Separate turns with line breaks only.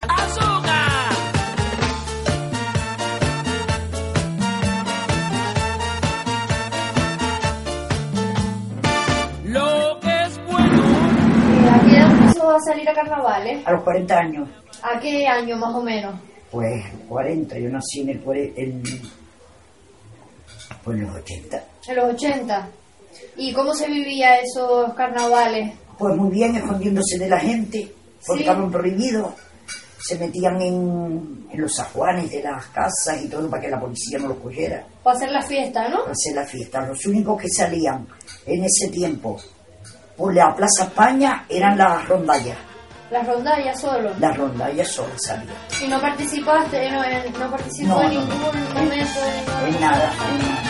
¡Azúcar! Lo que es bueno.
¿A qué edad empezó a salir a carnavales?
a los 40 años.
¿A qué año más o menos?
Pues 40, yo nací en el 40, en, pues en los 80.
En los 80. ¿Y cómo se vivía esos carnavales?
Pues muy bien, escondiéndose de la gente, porque
Sí.
estaban prohibidos. Se metían en, en los ajuanes de las casas y todo para que la policía no los cogiera.
Para hacer la fiesta, ¿no?
Para hacer la fiesta. Los únicos que salían en ese tiempo por la Plaza España eran las rondallas.
Las rondallas solo.
Las rondallas solo salían.
¿Y no participaste? eh, ¿No, eh, no participó
No,
en
no,
ningún
no.
momento? de ninguna
En nada,
cosa?
en nada.